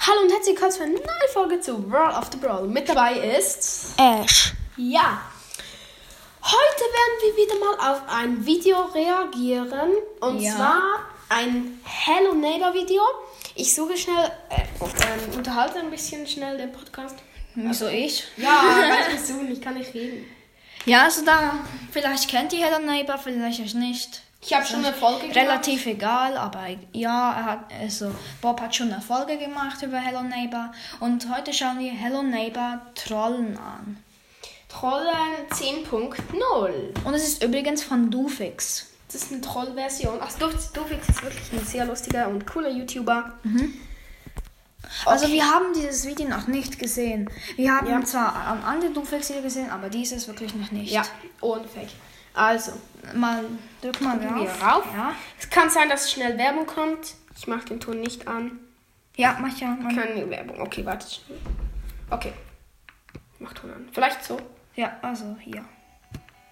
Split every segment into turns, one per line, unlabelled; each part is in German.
Hallo und herzlich willkommen zu einer neuen Folge zu Brawl of the Brawl. Mit dabei ist.
Ash.
Ja. Heute werden wir wieder mal auf ein Video reagieren. Und
Ja.
zwar ein Hello Neighbor Video. Ich suche schnell. Äh, ähm, unterhalte ein bisschen schnell den Podcast.
Wieso ich?
Ja, weil ich suche, ich kann nicht reden.
Ja, also da, vielleicht kennt ihr Herrn Neighbor, vielleicht euch nicht.
Ich habe schon eine Folge gemacht.
Relativ egal, aber ja, er hat, also Bob hat schon eine Folge gemacht über Hello Neighbor und heute schauen wir Hello Neighbor Trollen an.
Trollen 10.0.
Und es ist übrigens von Dufix.
Das ist eine Troll-Version. Ach, Dofix Dofix ist wirklich ein sehr lustiger und cooler YouTuber.
Also wir haben dieses Video noch nicht gesehen. Wir haben
Ja.
zwar am andere Dufix hier gesehen, aber dieses wirklich noch nicht.
Ja, und fake. Also,
Mal drück mal
Gehen wir
rauf.
rauf?
Ja.
Es kann sein, dass schnell Werbung kommt. Ich mache den Ton nicht an.
ja, mach ja. Mach.
Keine Werbung. Okay, warte schnell. Okay. Ich mach Ton an. Vielleicht so.
Ja, also hier.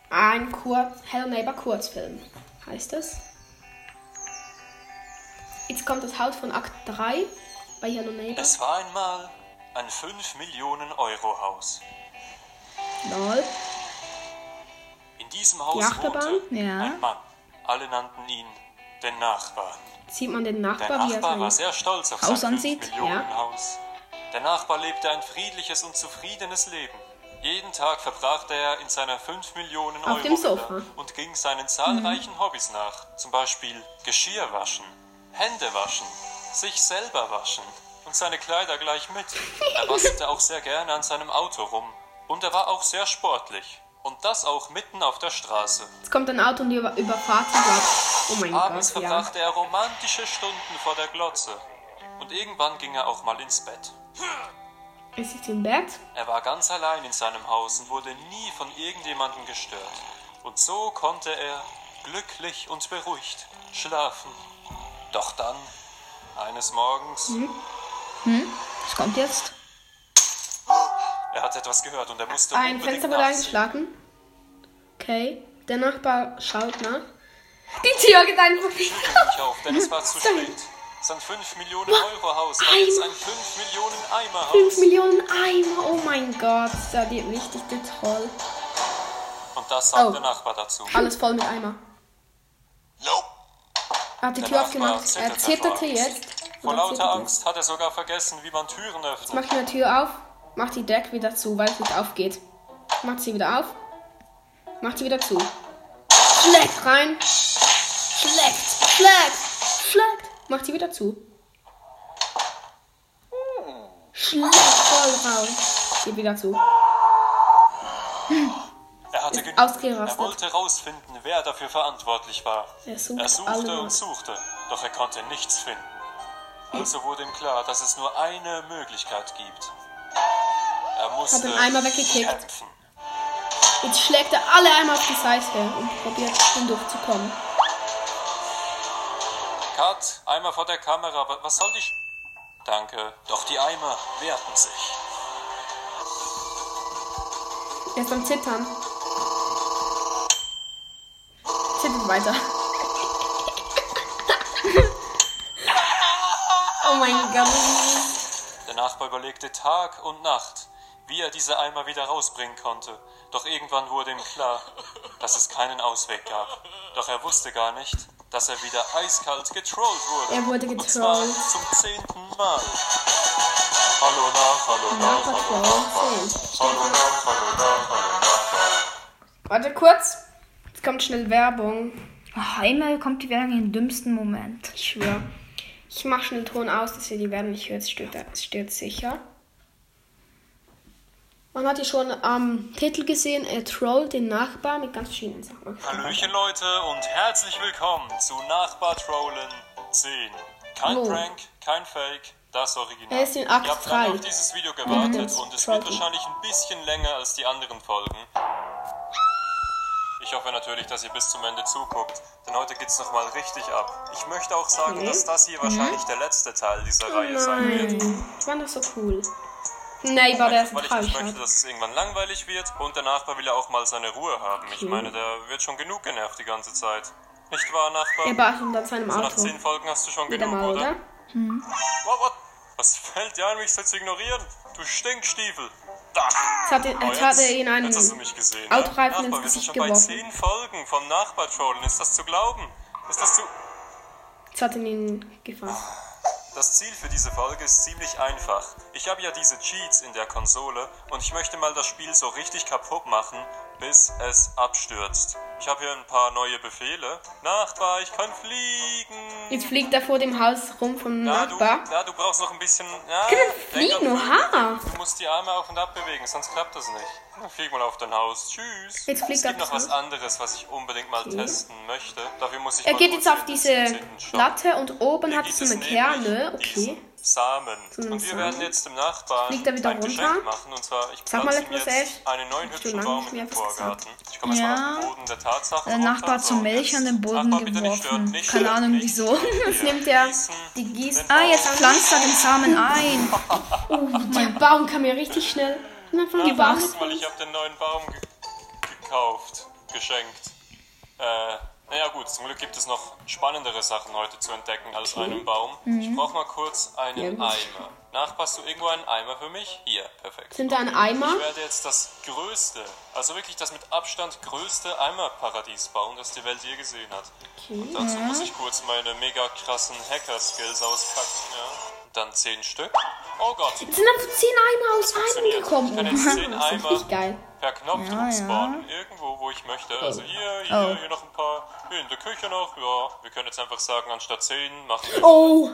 Ein Kur Hello Neighbor Kurzfilm heißt es. Jetzt kommt das Haus von Akt 3 bei Hello Neighbor.
Es war einmal ein 5 Millionen Euro Haus.
Lol.
In diesem Haus
Die Achterbahn?
wohnte
Ja.
ein Mann. Alle nannten ihn den Nachbarn.
Sieht man den
Der
Nachbar, wie er
Nachbar war
sein...
sehr stolz auf
Haus
sein
ansieht,
5 Millionen Haus. Der Nachbar lebte ein friedliches und zufriedenes Leben. Jeden Tag verbrachte er in seiner 5 Millionen
Auf
Euro
dem
Villa
Sofa. Mhm.
und ging seinen zahlreichen Hobbys nach. Zum Beispiel Geschirr waschen, Hände waschen, sich selber waschen und seine Kleider gleich mit. Er bastelte auch sehr gerne an seinem Auto rum. Und er war auch sehr sportlich. Und das auch mitten auf der Straße.
Jetzt kommt ein Auto und über überfahrt ihn glaub- Oh mein
Abends
Gott, ja.
verbrachte er romantische Stunden vor der Glotze. Und irgendwann ging er auch mal ins Bett.
Er sitzt im Bett.
Er war ganz allein in seinem Haus und wurde nie von irgendjemandem gestört. Und so konnte er, glücklich und beruhigt, schlafen. Doch dann, eines Morgens,
Hm?
Was kommt jetzt?
er hat etwas gehört und er musste
Ein
unbedingt
Fenster wurde
nachsehen.
eingeschlagen. Okay. Der Nachbar schaut nach. Die Tür geht einfach nicht auf.
Ich auf, denn es war zu
Sorry.
spät. Sein 5 Millionen Euro Haus war
Eimer.
jetzt ein 5 Millionen Eimer
5
Haus.
Millionen Eimer. Oh mein Gott, ist da die richtigste Troll.
Und das sagt
Oh.
der Nachbar dazu.
Alles voll mit Eimer. Er hat die
Der
Tür
Nachbar
aufgemacht. Er
zitterte
zitterte
vor
jetzt.
Vor
Und er zitterte.
lauter Angst hat er sogar vergessen, wie man Türen öffnet.
Macht eine Tür auf, macht die Deck wieder zu, weil es nicht aufgeht. Macht sie wieder auf, macht sie wieder zu. Schlägt rein. Schlägt, schlägt, schlägt. Macht sie wieder zu.
Hm.
Schlägt voll raus. Geht wieder zu.
Er hatte
Ist
genug.
ausgerastet.
Er wollte herausfinden, wer dafür verantwortlich war.
Er sucht
er suchte
alle.
und suchte, doch er konnte nichts finden. Also wurde ihm klar, dass es nur eine Möglichkeit gibt. Er musste
den Eimer weggekickt.
kämpfen.
Jetzt schlägt er alle einmal auf die Seite und probiert um hindurchzukommen.
Kat, Eimer vor der Kamera, wa- was soll die Sch Danke, doch die Eimer wehrten sich.
Er ist am Zittern. Zittert weiter. oh mein Gott.
Der Nachbar überlegte Tag und Nacht, wie er diese Eimer wieder rausbringen konnte. Doch irgendwann wurde ihm klar, dass es keinen Ausweg gab. Doch er wusste gar nicht, dass er wieder eiskalt getrollt wurde.
Er wurde
Und zwar
getrollt.
zum zehnten Mal. Hallo nach, hallo nach,
Nachbar
hallo
trollt
nach,
zehn.
hallo nach, hallo nach, hallo nach.
Warte kurz. Jetzt kommt schnell Werbung.
Ach, einmal kommt die Werbung im dümmsten Moment.
Ich schwöre. Ich mache schnell Ton aus, dass ihr die Werbung nicht hört. Es stört, es stört sicher. Man hat ja schon am Titel gesehen, er trollt den Nachbar mit ganz verschiedenen Sachen.
Hallöchen Leute und herzlich willkommen zu Nachbar Trollen 10. Kein
Hallo.
Prank, kein Fake, das Original.
Er ist in Akt
Ihr habt lange
drei.
auf dieses Video gewartet
Mhm.
und es
Trollen.
wird wahrscheinlich ein bisschen länger als die anderen Folgen. Ich hoffe natürlich, dass ihr bis zum Ende zuguckt, denn heute geht's nochmal richtig ab. Ich möchte auch sagen,
Okay. Mhm. Oh
dass das hier wahrscheinlich der letzte Teil dieser Reihe sein wird.
Nein, das war doch so cool. Nein, war der ist
Weil ich nicht möchte, dass es irgendwann langweilig wird und der Nachbar will ja auch mal seine Ruhe haben. Ich meine, der wird schon genug genervt die ganze Zeit. Nicht wahr, Nachbar?
Er bat ihn dann seinem
Nach
Auto.
zehn Folgen hast du schon
Wieder
genug,
mal,
oder?
oder?
Wow, wow. Was fällt dir ein, mich so zu ignorieren? Du Stinkstiefel!
Jetzt hat, er-
Oh,
jetzt hat er ihn einen
jetzt hast du mich gesehen,
Autoreifen
ne?
ins
Nachbar, wir sind
Gesicht
schon bei
geworfen.
10 Folgen vom Nachbartrollen. Ist das zu glauben? Ist das zu...
Jetzt hat er ihn gefangen.
Das Ziel für diese Folge ist ziemlich einfach. Ich habe ja diese Cheats in der Konsole und ich möchte mal das Spiel so richtig kaputt machen, bis es abstürzt. Ich habe hier ein paar neue Befehle. Nachbar, ich kann fliegen!
Jetzt fliegt er vor dem Haus rum vom
Na, du,
Nachbar.
na, du brauchst noch ein bisschen... Ja,
Kann er
denk an
fliegen? Oha!
Du musst die Arme auf und ab bewegen, sonst klappt das nicht. Dann flieg mal auf dein Haus. Tschüss.
Jetzt fliegt
es
er
gibt noch
aufs
was
Haus.
anderes, was ich unbedingt mal testen möchte. Dafür muss ich
Er
mal
geht
kurz
jetzt auf
in den
diese
17. Shop.
Platte und oben
Hier
hat
gibt
es so eine
nämlich
Kerne. Okay.
diesen Samen.
einen
und wir
Samen.
werden jetzt dem Nachbarn
Fliegt er wieder
ein
runter?
Geschenk machen. Und zwar, ich
Sag mal,
pflanze ihm
Leckmus
jetzt
elf.
einen neuen
Hab ich
hübschen
schon lange
Baum
nicht
in
mehr
den
was gesagt.
Vorgarten. Ich komme erstmal
Ja.
auf den Boden der Tatsachen
Der
runter.
Nachbar
So,
zum Milch
jetzt-
an den Boden
Nachbar, bitte nicht stören,
geworfen.
nicht
Keine
stören,
Ahnung,
nicht
wieso.
stören.
Jetzt
Hier,
nimmt er
gießen,
die Gieß.
Ah, jetzt pflanzt er den Samen ein.
Oh, der Baum kam ja richtig schnell. Und dann
Ja,
die Baum.
Guck mal, ich habe den neuen Baum ge gekauft, geschenkt. Äh, naja gut, zum Glück gibt es noch spannendere Sachen heute zu entdecken als einen Baum. Ich brauche mal kurz
Mhm. Ja,
einen
gut.
Eimer. Nachpasst du irgendwo einen Eimer für mich? Hier, perfekt.
Sind da ein Eimer?
Ich werde jetzt das größte, also wirklich das mit Abstand größte Eimerparadies bauen, das die Welt je gesehen hat. Und dazu muss ich kurz meine mega krassen Hacker-Skills auspacken, ja. Dann zehn Stück. Oh Gott,
Jetzt sind einfach 10 Eimer aus einem
funktioniert. Ich kann
gekommen.
jetzt zehn
Das ist
Eimer
richtig geil.
per Knopfdruck
Ja, ja.
spawnen. Irgendwo, wo ich möchte. Also hier,
oh.
hier, hier noch ein paar. Hier in der Küche noch. Ja, wir können jetzt einfach sagen, anstatt 10 machen wir.
Oh!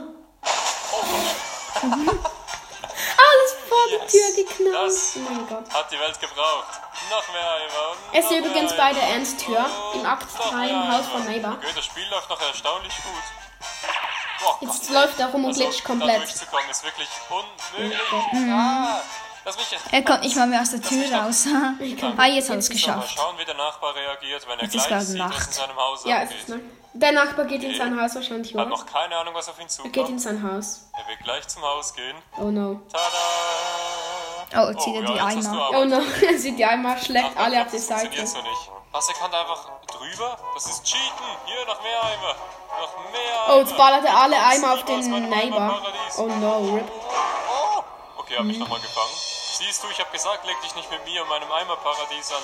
Oh Gott,
Alles vor Ah, die
Yes.
Tür geknallt.
Das-
Oh mein Gott.
hat die Welt gebraucht. Noch mehr Eimer.
Er ist
noch
übrigens
mehr
bei
Eimer.
der Ernst-Tür im Akt
Noch
3
mehr
im Haus von
Eimer.
Neighbor.
Okay, das Spiel läuft noch erstaunlich gut. Oh Gott.
Jetzt läuft er rum und
Also,
glitscht
Da
komplett. Mhm.
durchzukommen ist wirklich unmöglich. Ah, lass mich
Er kommt nicht mal mehr aus der Tür raus. Ah, jetzt hat's
Mal
geschafft.
schauen, wie der Nachbar reagiert, wenn er
ist
gleich
gerade
sieht, was
Nacht.
in seinem Haus
Ja, es
abgeht.
ist ne? Der Nachbar geht in sein Haus wahrscheinlich
Hat
hoch.
noch keine Ahnung, was auf ihn zukommt.
Er geht in sein Haus.
Er wird gleich zum Haus gehen.
Oh no.
Tada!
Oh, jetzt zieht er die
jetzt hast
Eimer.
du aber-
Oh no. Er sieht die Eimer, schlägt alle
Ach,
auf die
das funktioniert
Seite.
so nicht. Was, er kann da einfach drüber? Das ist Cheaten! Hier, noch mehr Eimer! Noch mehr Eimer!
Oh, jetzt ballert er alle
Kommst du
Eimer auf
aus
den
meinem
Neighbor.
Eimerparadies?
Oh no, rip.
Oh! Okay, hab mich nochmal gefangen. Siehst du, ich hab gesagt, leg dich nicht mit mir und meinem Eimerparadies an.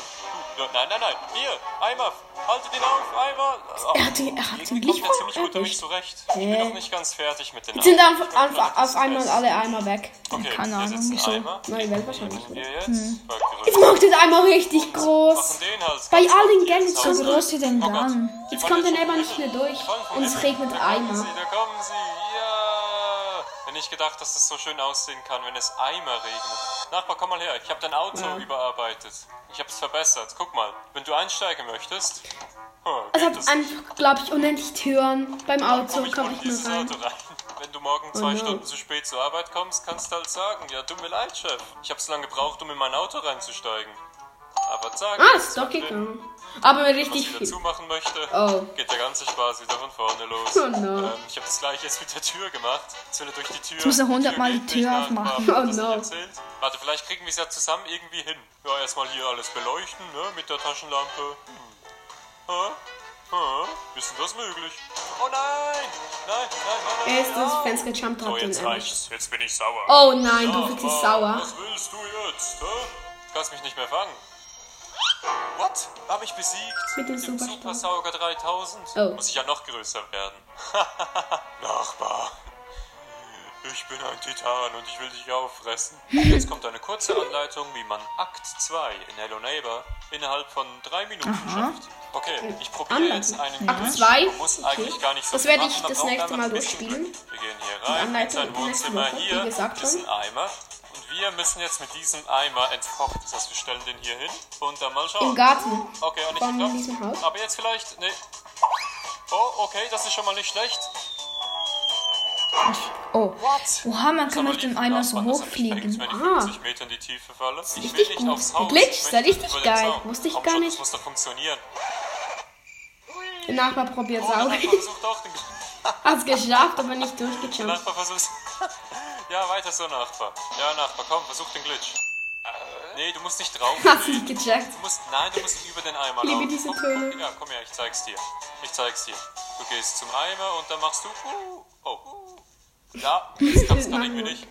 Du, nein, nein, nein! Hier! Eimer! Haltet ihn auf! Eimer! Oh,
Er hat ihn- er hat ihn
irgendwie kommt er
nicht
ziemlich gut damit
erwischt.
zurecht. Ich bin
Hä?
noch nicht ganz fertig mit den
Jetzt sind
Eiern.
einfach,
Ich bin noch
einfach auf
nicht
einmal
fest.
alle Eimer weg.
Okay,
Keine
hier
Ahnung,
sitzt ein
wieso. Hm.
Eimer.
Neue Welt wahrscheinlich.
Wir jetzt vergrößern.
Jetzt macht den Eimer richtig
Machen
groß.
den Hals
Bei
ganz
allen
auf.
Gängen
Jetzt
ist
hauen
so
sie-
groß wie denn
Oh Gott,
dann.
die
Jetzt
wollen
kommt der Neighbor
vom
nicht mehr
Himmel.
durch.
Die wollen vom
Und es
Himmel.
regnet
Da kommen
Eimer.
sie, Da kommen sie, ja. Wenn ich gedacht, dass das so schön aussehen kann, wenn es Eimer regnet. Nachbar, komm mal her. Ich habe dein Auto überarbeitet. Ich habe es verbessert. Guck mal, wenn du einsteigen möchtest. Oh,
Es
geht
hat
das?
einfach, glaube ich, unendlich Türen. Beim Auto
Komm ich
komme
ohne
ich nur
dieses
rein.
Auto rein. Wenn du morgen zwei
no.
Stunden zu spät zur Arbeit kommst, kannst du halt sagen, ja, tut mir leid, Chef. Ich habe so lange gebraucht, um in mein Auto reinzusteigen. Aber zack.
Ah, ist
wenn
doch gegangen. Aber mit
man es
richtig
wieder
viel.
zumachen möchte,
Oh.
geht der ganze Spaß wieder von vorne los.
Oh no.
ähm, ich habe das gleiche jetzt mit der Tür gemacht. Jetzt will er durch die Tür.
muss er hundertmal
geht
die
nicht,
Tür
na,
aufmachen.
na, hab
Oh
das
no.
nicht erzählt. Warte, vielleicht kriegen wir es ja zusammen irgendwie hin. Ja, erstmal hier alles beleuchten, ne, mit der Taschenlampe. Hm. Hä? Hä? Ist denn das möglich? Oh nein! Nein, nein, nein, nein!
Er ist durchs
nein.
Fenster gejumpt,
So,
hat den
jetzt
Ende.
reicht's. Jetzt bin ich sauer.
Oh nein, du
Nachbar,
wirklich sauer.
Was willst du jetzt? Hä? Du kannst mich nicht mehr fangen. What? Hab ich besiegt?
Mit dem Superstar.
Supersauger 3000?
Oh.
Muss ich ja noch größer werden. Nachbar. Ich bin ein Titan und ich will dich auffressen. Jetzt kommt eine kurze Anleitung, wie man Akt 2 in Hello Neighbor innerhalb von drei Minuten schafft. Okay, ich probiere jetzt einen
Akt
Glitch.
zwei?
Man muss eigentlich
Okay.
gar nicht so
Das
viel
werde ich
machen, man
das
braucht
nächste
einfach
Mal
ein bisschen
durchspielen.
Glück. Wir gehen hier rein in
Anleitung
sein
nächste
Wohnzimmer.
Woche, wie
Hier
gesagt
ist
schon.
ein Eimer. Und wir müssen jetzt mit diesem Eimer entkochen. Das heißt, wir stellen den hier hin und dann mal schauen.
Im Garten.
Okay, und ich
Von
geklappt.
diesem Haus?
Aber jetzt vielleicht. Nee. Oh, okay, das ist schon mal nicht schlecht.
Oh.
What?
Oha, man kann
Aber
auf dem
lief
Eimer so
Nachbarn, dass er mich fängt,
hochfliegen.
Wenn ich
Ah.
50 Meter in die Tiefe falle. Ich will
richtig
nicht
gut.
aufs
Der
Haus.
Glitch,
ich
der
möchte
richtig
über den
geil.
Zaun.
Wusste ich
Komm
gar
schon,
nicht.
Das muss doch funktionieren.
Der Nachbar probiert
Oh, der
auch.
Nachbar versucht auch den
Hat's geschafft, aber nicht
Der
durchgejumpt.
Nachbar versucht. ja, weiter so, Nachbar. Ja, Nachbar, komm, versuch den Glitch. Nee, du musst nicht drauf.
Hast du nicht gecheckt?
Du musst, nein, du musst über den Eimer
Liebe
laufen.
diese
Guck,
Töne.
Guck, ja, komm her, ich zeig's dir. Ich zeig's dir. Du gehst zum Eimer und dann machst du. Uh, oh. Ja, das, das
Machen
kann ich mir
wir.
nicht.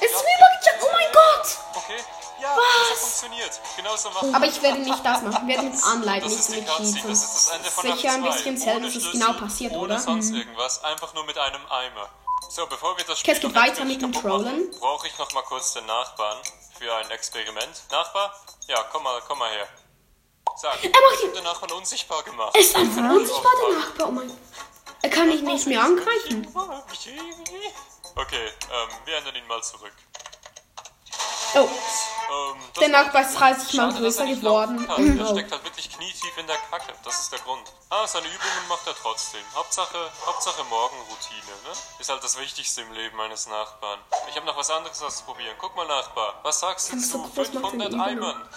Es ist mir übergejumpt. Oh mein Gott.
Okay. Ja, das hat funktioniert. Genauso machen
Aber ich werde nicht das machen. Ich werde mit anleiten,
Das
nicht
ist die
mit
Cutscene,
schießen.
das ist das Ende von
Sicher ein
Akt 2.
bisschen selber,
Ohne
was ist
Schlüssel,
genau passiert,
ohne
oder?
sonst irgendwas, einfach nur mit einem Eimer. So, bevor wir das
Okay,
Spiel
es geht
noch
weiter
endgültig
mit dem
kaputt machen,
Trollen.
brauche ich noch mal kurz den Nachbarn für ein Experiment. Nachbar? Ja, komm mal, komm mal her. Sag, er
macht
ich
ihn-
hab den Nachbarn unsichtbar gemacht.
Ist einfach ein unsichtbarer Nachbar. Oh mein Gott. Er kann mich nicht mehr angreifen.
Okay, ähm, wir ändern ihn mal zurück.
Oh,
Ähm, das
der Nachbar ist 30 Mal
Schade, dass er
größer
nicht laufen
geworden.
Kann. Der
Oh.
steckt halt wirklich knietief in der Kacke. Das ist der Grund. Ah, seine Übungen macht er trotzdem. Hauptsache, Hauptsache Morgenroutine, ne? Ist halt das Wichtigste im Leben eines Nachbarn. Ich habe noch was anderes auszuprobieren. Guck mal, Nachbar. Was sagst du
Kannst du
zu
groß machen, Genau.
500
die Übungen?
Eimern?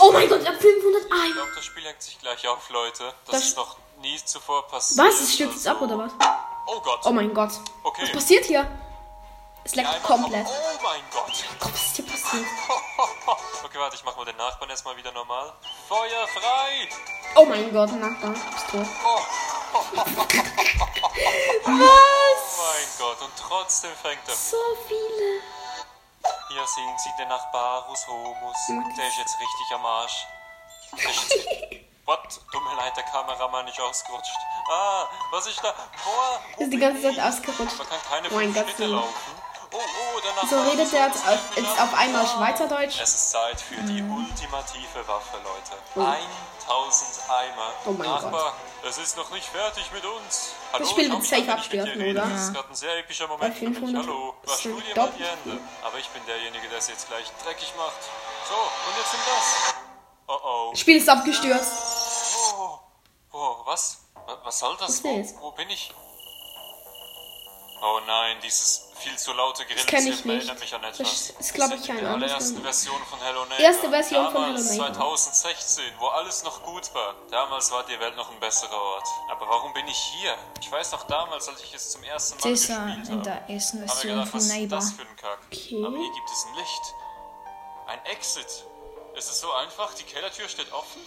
oh mein Gott, ich habe 500
Ich
Eimer.
glaube, das Spiel hängt sich gleich auf, Leute. Das,
Das-
ist noch nie zuvor passiert.
Was? Es stürzt jetzt ab oder was?
Oh Gott.
Oh mein Gott.
Okay.
Was passiert hier? Es
Die Eimer-
leckt komplett.
Oh mein Gott.
Gott, was ist hier passiert?
Okay, warte, ich mach mal den Nachbarn erstmal wieder normal. Feuer frei!
Oh mein Gott, Nachbar. Bist tot.
Oh
Was?
mein Gott, und trotzdem fängt er
So viele.
Hier sehen Sie den Nachbarus Homus.
Okay.
Der ist jetzt richtig am Arsch. Der ist jetzt- What? Tut mir leid, der Kameramann nicht ausgerutscht. Ah, was ist da? Boah, wo
Ist die
bin
ganze Zeit
ich?
ausgerutscht.
Man kann keine
Mein
fünf
Gott,
Schritte
Simon.
laufen. Oh, oh, der Nachbar.
So redet er jetzt
Tut
auf,
mir
jetzt
leid.
auf einmal Schweizerdeutsch.
Es ist Zeit für die
Mhm.
ultimative Waffe, Leute. 1000 Eimer.
Oh mein
Nachbar, es ist noch nicht fertig mit uns. Hallo,
Spiel
schau
wird
mich
safe
an, wenn ich mit dir
abstürzen,
rede.
oder?
Das ist gerade ein sehr epischer Moment
Bei
für mich.
500
Hallo, was
ist ein
Studie mal die
Doppel-
Hände. Aber ich bin derjenige, der es jetzt gleich dreckig macht. So, und jetzt nimm das. Oh oh.
Das Spiel ist abgestürzt.
Oh, oh was? Wa- Was soll das?
ist das?
Wo, wo bin ich? Oh nein, dieses viel zu laute Grillen
kenn ich nicht.
erinnert mich an etwas.
Das ist, glaub ich,
in
ein
der
anderes
allerersten
Spiel.
Version von Hello Neighbor.
Erste Version von
Damals
Hello Neighbor.
2016, wo alles noch gut war. Damals war die Welt noch ein besserer Ort. Aber warum bin ich hier? Ich weiß noch damals, als ich es zum ersten Mal
Das ist ja
gespielt
in
habe.
der ersten
Haben wir
Version
gedacht,
von
was ist
Neighbor.
das für ein Kack?
Okay.
Aber hier gibt es ein Licht. Ein Exit. Es ist so einfach, die Kellertür steht offen.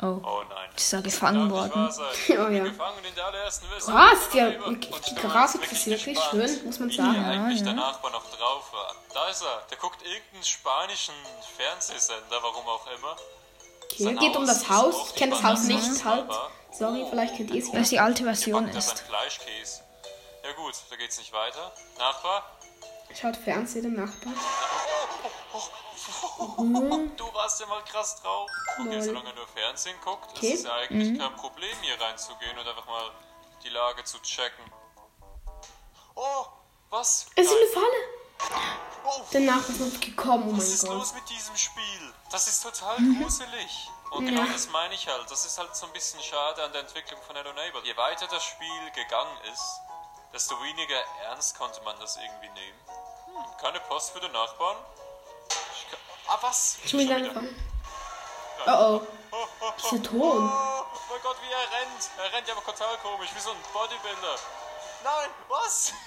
Oh.
Oh nein.
Ist er gefangen worden?
Oh ja.
Krass,
Krass, die- die Grafik ist wirklich schön, muss man sagen.
Ja, eigentlich
Ja,
der
ja.
Nachbar noch drauf war. Da ist er. Der guckt irgendeinen spanischen Fernsehsender, warum auch immer.
Okay, geht um das Haus. Ich kenne das Haus nicht. Halt. Sorry, vielleicht kennt ihr es.
Weil es die alte Version
Backt er sein
ist.
Fleischkäse. Ja gut, da geht's nicht weiter. Nachbar?
Schaut Fernsehen, der Nachbar.
Du warst ja mal krass drauf. Okay,
Lol.
solange er nur Fernsehen guckt,
Okay. Mhm.
ist es ja eigentlich kein Problem, hier reinzugehen und einfach mal die Lage zu checken. Oh, was?
Es ist
Nein.
eine Falle.
Oh,
Der Nachbar ist noch gekommen. Oh
was
mein
ist
Gott. Mhm.
los mit diesem Spiel? Das ist total gruselig. Und genau das meine ich halt. Das ist halt so ein bisschen schade an der Entwicklung von Hello Neighbor. Je weiter das Spiel gegangen ist, desto weniger ernst konnte man das irgendwie nehmen. Hm, keine Post für den Nachbarn. Ich kann- Ah, was?
Schon wieder angefangen. Oh oh. Dieser Ton.
Oh mein Gott, wie er rennt. Er rennt ja aber total komisch, wie so ein Bodybuilder. Nein, was?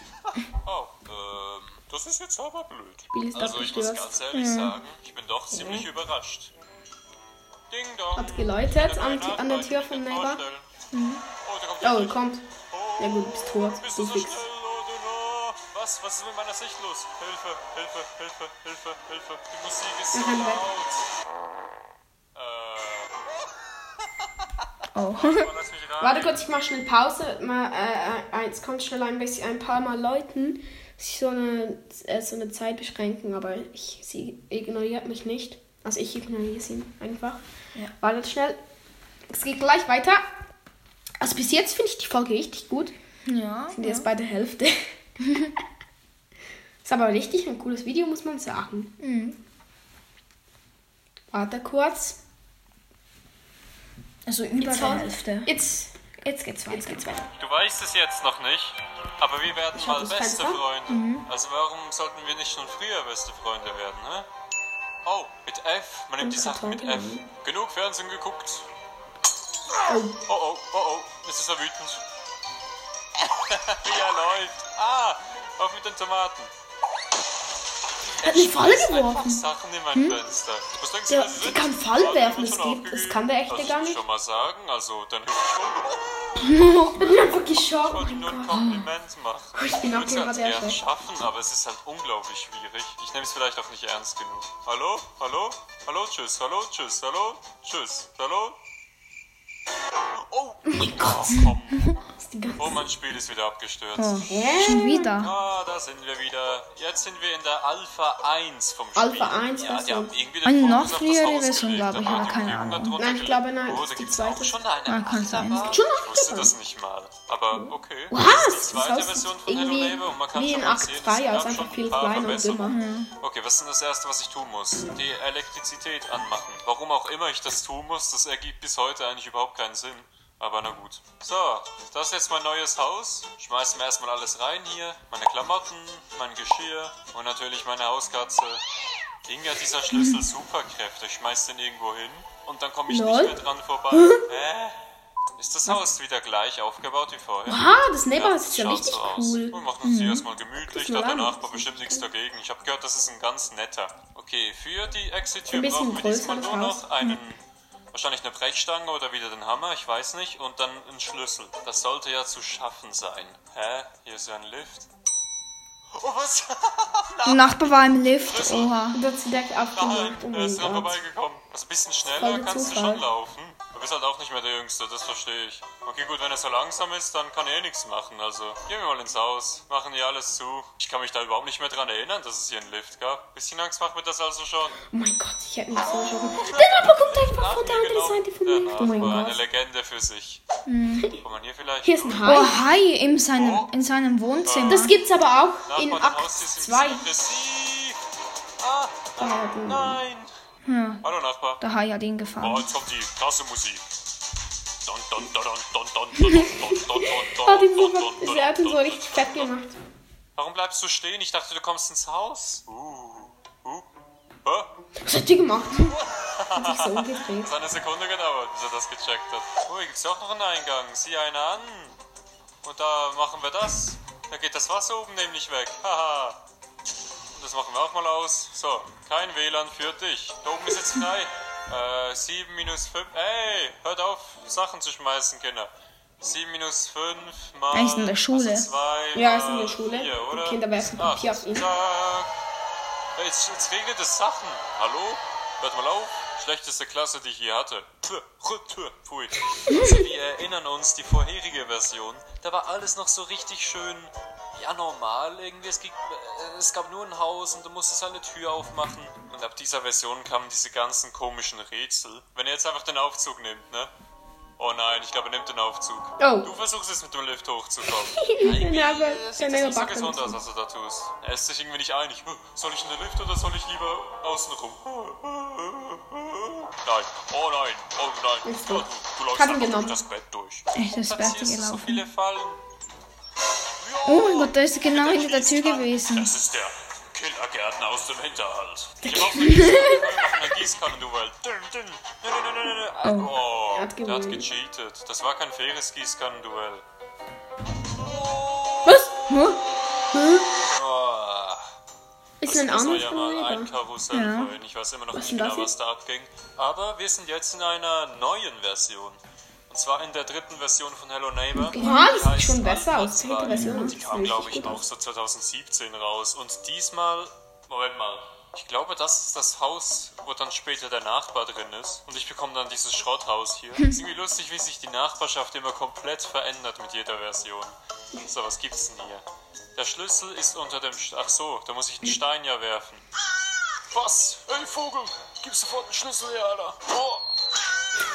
Oh, ähm, das ist jetzt aber blöd.
Spiel ist Mhm.
also ich muss
abgestürzt.
ganz ehrlich sagen, ich bin doch ziemlich überrascht. Ding dong.
Mhm. Hat geläutet an, an der Tür von Neighbor.
Oh, da kommt
Oh,
jemand.
kommt. Ja gut, bist tot.
Bist du
Du
so
fix.
schnell, oder? Was? Was ist mit meiner Sicht los? Hilfe, Hilfe, Hilfe, Hilfe, Hilfe. Die Musik ist so
renn weg.
laut. Äh,
Oh.
oh, lass mich rein.
Warte kurz, ich mach schnell Pause. Mal, äh, äh, jetzt kommt schnell ein bisschen ein paar Mal Leuten, sich so eine, äh, so eine Zeit beschränken, aber ich, sie ignoriert mich nicht. Also ich ignoriere sie einfach.
Ja.
Wartet schnell. Es geht gleich weiter. Also bis jetzt finde ich die Folge richtig gut.
Ja.
Sind jetzt bei der Hälfte. Ist aber richtig ein cooles Video, muss man sagen.
Mhm.
Warte kurz.
Also über
Jetzt
der
haut-
Hälfte.
Jetzt, jetzt geht's weiter. Jetzt geht's weiter.
Du weißt es jetzt noch nicht, aber wir werden
Ich hab
mal
das
beste
Fenster. Mhm.
Freunde. Also warum sollten wir nicht schon früher beste Freunde werden, ne? Oh, mit F. Man nimmt die Sachen mit F.
Kartoffeln.
Genug Fernsehen geguckt.
Oh.
Oh oh, oh oh, jetzt ist er wütend. Wie er läuft. Ah, auf mit den Tomaten.
Hat eine Falle
Einfach
geworfen.
Sachen in mein Fenster. Was denkst du,
Der,
was es
der
ist?
kann Fallen
Ah, die
werfen,
wird
es
schon
gibt.
aufgegeben.
Das kann der echte
Lass
gar
mich
nicht.
schon mal sagen, also dann hilft schon.
Ich bin einfach
Ich
geschockt. Oh
wollte nur ein Kompliment machen.
Ich bin auch
würde es ganz
gerade sehr
gerne
schlecht.
schaffen, aber es ist halt unglaublich schwierig. Ich nehme es vielleicht auch nicht ernst genug. Hallo? Hallo? Hallo? Tschüss. Hallo? Tschüss. Hallo? Tschüss. Hallo? Oh, oh, komm.
Die ganze- Oh.
oh mein Spiel ist wieder abgestürzt.
Hä?
Schon wieder.
Ah, da sind wir wieder. Jetzt sind wir in der Alpha 1 vom Spiel.
Alpha also 1,
ja,
was
die haben
denn?
irgendwie
Eine
den
noch
Fokus auf das
frühere
Haus
Version,
gelegt,
glaube ich,
haben
aber
die
keine
Jugend
Ahnung.
darunter
Nein, ich glaube,
gelegt.
nein, das
Oh, da
ist die
gibt's auch
zweite.
schon eine
Ah, kann sein.
Achterbahn.
Schon eine
Ich wusste
Achterbahn.
das nicht mal. Aber okay.
Was?
Das ist die zweite
Das
Version von
irgendwie
Hello Neighbor und man kann
wie
schon
in
mal
Akt
sehen,
drei,
es
aber
gab
es ist
schon
einfach viel
ein paar
kleiner und
Verbesserungen.
dümmer.
Okay, was ist denn das Erste, was ich tun muss? Die Elektrizität anmachen. Warum auch immer ich das tun muss, das ergibt bis heute eigentlich überhaupt keinen Sinn. Aber na gut. So, das ist jetzt mein neues Haus. Schmeißen wir erstmal alles rein hier. Meine Klamotten, mein Geschirr und natürlich meine Hauskatze. Ging ja dieser Schlüssel Superkräfte. Schmeiß den irgendwo hin und dann komme ich
Lol.
nicht mehr dran vorbei. Hä? Ist das Haus wieder gleich aufgebaut wie vorher?
Ah, das Neighbor
das
ist ja
schaut
richtig
so aus.
cool. Mhm.
Wir machen uns hier erstmal gemütlich,
Guck's
da
mal
hat der
an.
Nachbar bestimmt nichts dagegen. Ich habe gehört, das ist ein ganz netter. Okay, für die Exit-Tür
Ein bisschen
brauchen wir diesmal
größeres
nur
Haus.
noch einen. Wahrscheinlich eine Brechstange oder wieder den Hammer, ich weiß nicht. Und dann einen Schlüssel. Das sollte ja zu schaffen sein. Hä? Hier ist ja ein Lift. Oh, was?
Ein Nachbar war im Lift. Oha.
Das ist direkt
Nein,
aufgemacht. Oh
er
mein
ist dran
Gott.
vorbeigekommen. Also ein bisschen
Voll
schneller
der
kannst du
Zufall.
schon laufen. Du bist halt auch nicht mehr der Jüngste, das verstehe ich. Okay, gut, wenn er so langsam ist, dann kann er eh nichts machen. Also, gehen wir mal ins Haus, machen hier alles zu. Ich kann mich da überhaupt nicht mehr dran erinnern, dass es hier einen Lift gab. Bisschen Angst macht mir das also schon.
Oh mein Gott, ich hätte mich so erschrocken. Der Nachbar kommt einfach
Nach
von der
mir
anderen
gelaufen,
Seite vom
genau. der
Lift. Oh mein
Nachbar, eine
Gott.
Legende für sich. Kann man hier vielleicht...
Hier ist ein
Oh,
Hai.
Hai in
Oh.
seinem, in seinem Wohnzimmer.
Das gibt's aber auch
Nachbar,
in
dein
Akt
Haustier ist ein
2.
bisschen aggressiv. Ah, nein.
Hm.
Hallo Nachbar.
der Hai hat ihn
Oh,
gefangen.
jetzt kommt die krasse Musik. Don, don, don, don, don, don, don, don, don, don,
Hat ihn
don,
so,
don, don,
er hat ihn so
don,
richtig fett gemacht.
Warum bleibst du stehen? Ich dachte, du kommst ins Haus. Uh, uh. Hä?
Was hat die gemacht? Hat sich so umgedreht.
Das hat eine Sekunde gedauert, bis er das gecheckt hat. Oh, hier gibt's auch noch einen Eingang. Sieh einer an. Und da machen wir das. Da geht das Wasser oben nämlich weg. Haha. Und das machen wir auch mal aus. So, kein WLAN für dich. Da oben ist jetzt frei. Äh, 7 minus 5. Ey, hört auf, Sachen zu schmeißen, Kinder. 7 minus 5 mal.
Er ist in der Schule.
Also zwei
Ja, er ist in
mal
der Schule.
Vier,
Die
oder?
Kinder werfen
Ach,
Papier auf ihn.
zack. Jetzt, jetzt regnet es Sachen. Hallo? Hört mal auf. Schlechteste Klasse, die ich je hatte. Tö, rö, tö, Pfui. Also, wir erinnern uns, die vorherige Version, da war alles noch so richtig schön, ja, normal irgendwie. Es, ging, äh, es gab nur ein Haus und du musstest halt eine Tür aufmachen. Und ab dieser Version kamen diese ganzen komischen Rätsel. Wenn ihr jetzt einfach den Aufzug nehmt, ne? Oh nein, ich glaube, er nimmt den Aufzug.
Oh.
Du versuchst es mit dem Lift hochzukommen.
Ja, aber
Äh,
der
Sieht das
Neighbor
nicht so
backt
gesund aus,
uns.
was du da tust. Er ist sich irgendwie nicht einig. Hm, Soll ich in den Lift oder soll ich lieber außenrum? Nein. Oh nein. Oh nein.
Ist
Ja,
gut.
du läufst
Hat ihn
einfach
genommen.
durch das Bett durch.
Echtes
Und
Bett
hier sind so
gelaufen.
viele Fallen.
Oh mein Gott, da ist er genau
Der
hinter der Tür
Gießkannen.
gewesen.
Das ist der Killergärtner aus dem Hinterhalt. Ich hab auch eine Gießkanne. Wir machen eine Gießkannenduell. Dün, dün. Nö, nö, nö, nö, nö.
Er
Oh, der
hat
hat
gewonnen.
gecheatet. Das war kein faires Gießkannenduell.
Was? Hä? Hä?
Oh.
Ist
Das-
ein
das war
armes
ja mal ein
Neighbor.
Karussell
Ja.
vorhin. Ich weiß immer noch
Was
nicht
denn das
genau, was da abging. Aber wir sind jetzt in einer neuen Version. Und zwar in der dritten Version von Hello Neighbor.
Ja, das
Die
sieht
heißt
schon besser
Alpha
aus. Die
2.
dritte Version
Und Die
sieht
kam,
richtig
glaube ich,
gut
auch
aus.
so 2017 raus. Und diesmal. Moment mal. Ich glaube, das ist das Haus, wo dann später der Nachbar drin ist. Und ich bekomme dann dieses Schrotthaus hier. ist irgendwie lustig, wie sich die Nachbarschaft immer komplett verändert mit jeder Version. So, was gibt's denn hier? Der Schlüssel ist unter dem. Sch Ach so, da muss ich den Stein ja werfen. Was? Ey, Vogel! Gib sofort den Schlüssel her, Alter! Oh.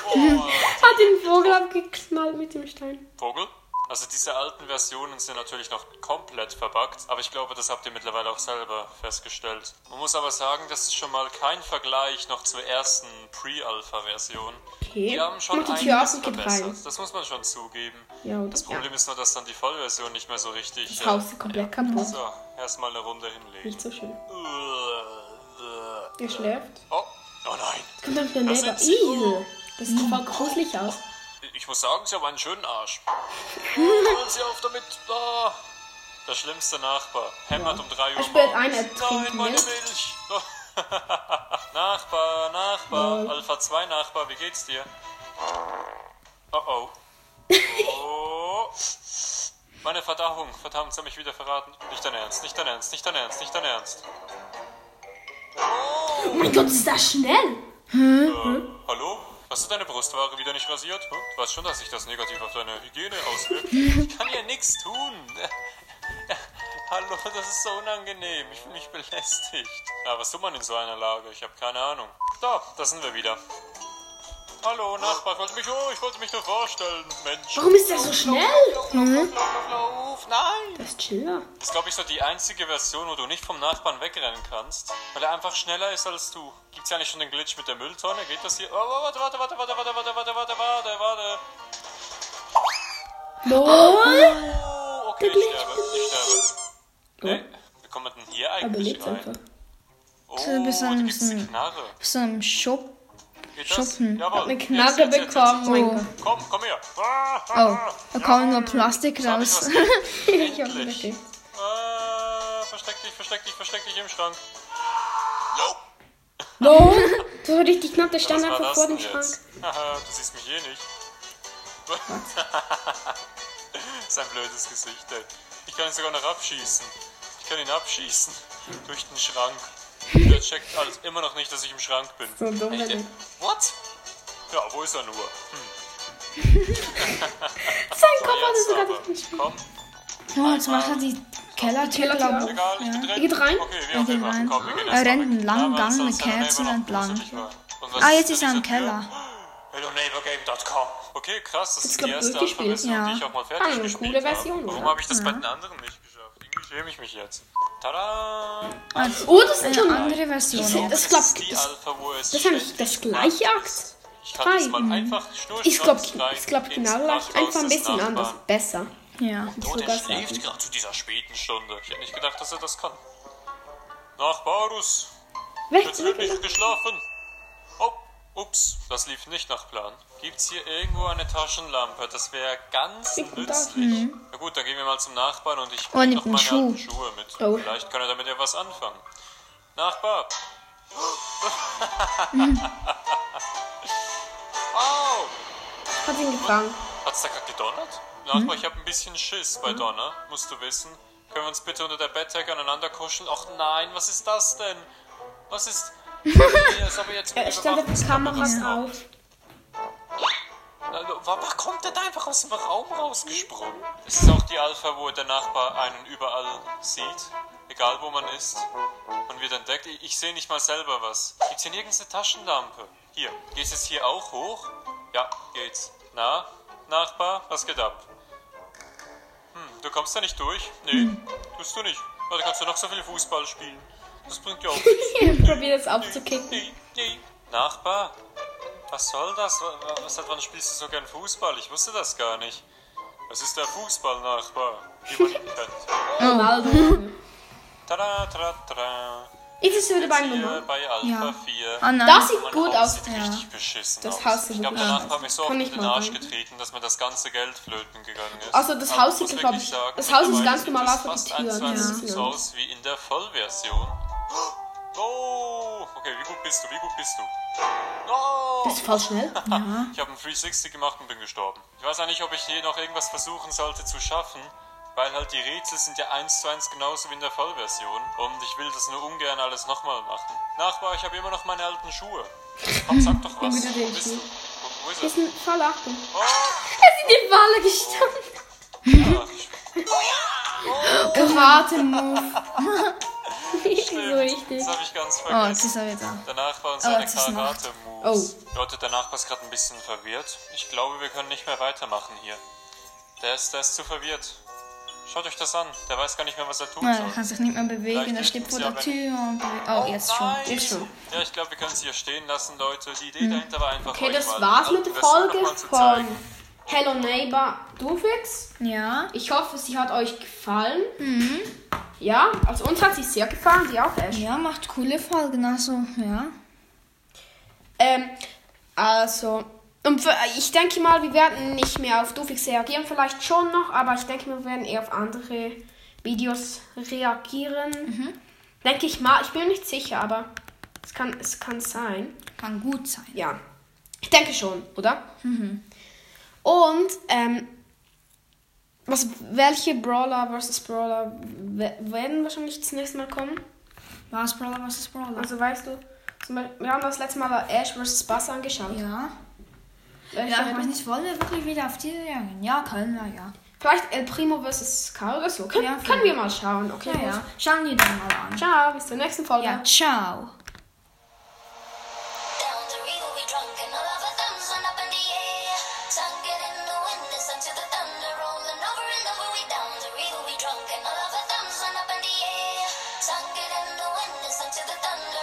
Oh.
Hat den Vogel abgeknallt mit dem Stein.
Vogel? Also diese alten Versionen sind natürlich noch komplett verbuggt, aber ich glaube, das habt ihr mittlerweile auch selber festgestellt. Man muss aber sagen, das ist schon mal kein Vergleich noch zur ersten Pre-Alpha-Version.
Okay.
Die haben schon
Mach die Tür auf
einiges
und geht rein.
verbessert, das muss man schon zugeben.
Ja,
Das
ja.
Problem ist nur, dass dann die Vollversion nicht mehr so richtig... äh,
Das Haus ist komplett kaputt.
So, erstmal eine Runde hinlegen.
Nicht so schön.
Uah, uah.
Er schläft.
Oh, oh nein.
Kommt dann wieder
Da
Neighbor.
sind sie.
Ih, das sieht voll gruselig aus.
Ich muss sagen, sie haben einen schönen Arsch. Hören Sie auf damit. Ah. Der schlimmste Nachbar. Hämmert um 3 Uhr.
Er sperrt ein,
morgens.
er trinkt
Nein, meine
Milch.
Milch. Nachbar, Nachbar.
Lol.
Alpha 2 Nachbar, wie geht's dir? Oh oh. Oh. Meine Verdauung, verdammt, sie haben mich wieder verraten. Nicht dein Ernst, nicht dein Ernst, nicht dein Ernst, nicht dein Ernst.
Oh mein Gott, ist das schnell?
Äh, hallo? Hast du deine Brustware wieder nicht rasiert? Hm? Du weißt schon, dass sich das negativ auf deine Hygiene auswirkt. Ich kann ja nichts tun. Hallo, das ist so unangenehm. Ich fühle mich belästigt. Na, was tut man in so einer Lage? Ich habe keine Ahnung. Da, da sind wir wieder. Hallo, Nachbar. Ich wollte mich, oh, ich wollte mich nur vorstellen, Mensch.
Warum ist das so schnell?
Lauf, lauf, lauf, lauf, lauf, nein!
Das ist chiller.
Das ist, glaube ich, so die einzige Version, wo du nicht vom Nachbarn wegrennen kannst, weil er einfach schneller ist als du. Gibt's ja nicht schon den Glitch mit der Mülltonne? Geht das hier? Oh, oh, warte, warte, warte, warte, warte, warte, warte, warte, warte, warte.
Lol.
Oh, okay, ich sterbe, ich sterbe. Nee, wie kommt man denn hier
Er
eigentlich
belebt
rein?
einfach.
Oh,
ist ein bisschen-
da gibt's eine
bisschen-
Knarre.
So im Schupp.
Geht das?
Schuppen.
Jawohl.
Hab eine
Oh, Jetzt,
Knarre
jetzt, jetzt,
bekommen.
jetzt,
Oh
jetzt.
mein
Komm, komm her.
Oh, da kommt nur Plastik
Hab ich
raus.
was gekriegt?
Ich hab's
Endlich.
wirklich.
Ah, versteck dich, versteck dich, versteck dich im Schrank. Nope.
Lol. So richtig knapp, der stand
Was war
einfach
das
vor
denn
dem Schrank.
jetzt? Haha, du siehst mich eh nicht. Sein blödes Gesicht, ey. Ich kann ihn sogar noch abschießen. Ich kann ihn abschießen. Durch den Schrank. Der checkt alles immer noch nicht, dass ich im Schrank bin.
So dumm,
Echt, ey?
wenn
What? Ja, wo ist er nur? Hm,
Sein
so,
Kopf hatte
jetzt
sogar
aber.
nicht geschrieben.
Komm,
Oh, jetzt macht er die Kellertür,
Kellertür
glaube ich.
egal, ich bin drin.
Geht rein. Äh,
Okay, wir
geht rein.
Komm, wir gehen
Er
erst mal
rennt
weg.
einen langen
Ja,
Gang
sonst
mit
hat er
Kerzen
immer noch
entlang.
gruselig war. Und was
Ah,
ist
jetzt ist er
in
im
dieser Tür?
Keller.
HelloNeighborgame.com. Okay, krass, das ist die
glaub,
erste
durchgespielt.
Anfangsversion, die
Ja.
ich auch mal fertig
Ah, eine
gespielt
coole
habe.
Version,
Warum
oder?
habe ich das bei den anderen nicht geschafft? Irgendwie schäme ich mich jetzt. Tada!
Oh, das ist
Eine
schon
Äh, andere Version.
Das
ist
klappt.
die
Das-
Alpha, wo es
das ist ja nicht
ständig
das gleiche
gemacht
Akt.
ist. Ich kann das mal
Drei.
einfach schnurstracks
Ich glaube,
rein
ich glaub,
ins
genau gleich.
Parkhaus
Einfach ein
des
bisschen
Nachbarn.
anders. Besser.
Ja.
Oh, der
sogar
schläft gerade zu dieser späten Stunde. Ich hätte nicht gedacht, dass er das kann. Nachbarus,
Weg,
Jetzt
weg,
wird
weg.
nicht geschlafen. Oh, ups, das lief nicht nach Plan. Gibt's hier irgendwo eine Taschenlampe? Das wäre ganz
Ich bin da.
nützlich. Na gut, dann gehen wir mal zum Nachbarn und ich
Oh,
bring
nimmt
noch
einen
meine
Schuh.
alten Schuhe mit.
Oh.
Vielleicht kann er damit ja was anfangen. Nachbar. Au!
Hat ihn gefangen.
Hat's da gerade gedonnert? Nachbar, ich habe ein bisschen Schiss bei Donner, musst du wissen. Können wir uns bitte unter der Bettdecke aneinander kuscheln? Ach nein, was ist das denn? Was ist. Hier ist aber jetzt
Er stellt die Kameras auf.
Also, warum kommt der da einfach aus dem Raum rausgesprungen? Das ist auch die Alpha, wo der Nachbar einen überall sieht. Egal wo man ist. Und wird entdeckt. Ich, ich sehe nicht mal selber was. Gibt's hier nirgends eine Taschenlampe? Hier. Geht's jetzt hier auch hoch? Ja, geht's. Na, Nachbar, was geht ab? Hm, du kommst da nicht durch? Nee, tust du nicht. Aber da kannst du noch so viel Fußball spielen. Das bringt ja auch nichts.
Ich probiere es aufzukicken.
Nachbar, was soll das? Wa- wa- Was, seit wann spielst du so gern Fußball? Ich wusste das gar nicht. Was ist der Fußball, Nachbar? Wie man ihn kennt.
Oh,
Ronaldo.
Tada, tada, tada.
Jetzt ist er wieder bei
Hier
Nummer.
bei Alpha
ne? Ja.
4.
Ah, nein.
Das sieht
Mein
gut
Haus
aus.
Sieht richtig beschissen
Das
aus.
Haus sieht
ich glaube,
wirklich
der
aus.
Nachbar hat mich so auf
Kann
den
ich mal
Arsch
rein.
getreten, dass mir das ganze Geld flöten gegangen ist.
Also, das
Aber
Haus
ich
sieht,
muss
glaub
wirklich
ich-
sagen,
das Haus ist
mittlerweile
ganz
sieht
normal
das
vor die
fast
Tür.
eins zu eins
Ja.
so aus wie in der Vollversion. Oh, okay, wie gut bist du, wie gut bist du? Oh,
Das ist voll schnell.
ich habe einen 360 gemacht und bin gestorben. Ich weiß auch nicht, ob ich hier noch irgendwas versuchen sollte zu schaffen, weil halt die Rätsel sind ja eins zu eins genauso wie in der Vollversion und ich will das nur ungern alles nochmal machen. Nachbar, ich habe immer noch meine alten Schuhe. Komm, sag doch was.
Nimm bitte den
Wo bist du?
Schuh.
Wo, wo
Das
ist
ist
er?
ein voller Achtung.
Oh,
Er ist in die Wale gestanden. Karate-Move. so richtig.
das habe ich ganz
Oh, jetzt ist
vergessen.
er wieder.
Der Nachbar und
Oh,
seine
jetzt ist Oh. Nacht.
Karate-Moves. Leute, der Nachbar ist gerade ein bisschen verwirrt. Ich glaube, wir können nicht mehr weitermachen hier. Der ist, der ist zu verwirrt. Schaut euch das an. Der weiß gar nicht mehr, was er tun
Na,
soll.
Ah, er kann sich nicht mehr bewegen, er steht vor der Tür und bewegt. Oh, jetzt schon.
Nein.
Jetzt schon. Hm.
Ja, ich glaube, wir können es hier stehen lassen, Leute. Die Idee dahinter war einfach.
Okay,
euch
das
mal die
war's
alten
mit der
Versionen
Folge
noch mal zu
von
zeigen.
Hello Neighbor Dufix.
Ja.
Ich hoffe, sie hat euch gefallen.
Mhm.
Ja, also uns hat sie sehr gefallen, die auch echt.
Ja, macht coole Folgen, also, ja.
Ähm, also, und für, ich denke mal, wir werden nicht mehr auf Dufix reagieren, vielleicht schon noch, aber ich denke, wir werden eher auf andere Videos reagieren.
Mhm.
Denke ich mal, ich bin mir nicht sicher, aber es kann, es kann sein.
Kann gut sein. Mhm.
Ja, ich denke schon, oder? Und, ähm, was, welche Brawler vs. Brawler we- werden wahrscheinlich das nächste Mal kommen?
Was Brawler vs. Brawler?
Also weißt du, zum Beispiel, wir haben das letzte Mal Ash vs. Bass angeschaut.
Ja.
Welche
Ja, ich
haben-
weiß nicht, wollen wir wirklich wieder auf diese jagen? Ja, können wir, ja.
Vielleicht El Primo vs. Karl oder so. Können,
Ja,
können wir mal schauen, okay?
Ja, ja. Schauen wir dann mal an.
Ciao, bis zur nächsten Folge.
Ja, ciao.
Down the river we drunk and all of our thumbs went up in the air. Tongue it in the wind, listen to the thunder rolling over and over. We down the river we drunk and all of our thumbs went up in the air. Tongue it in the wind, listen to the thunder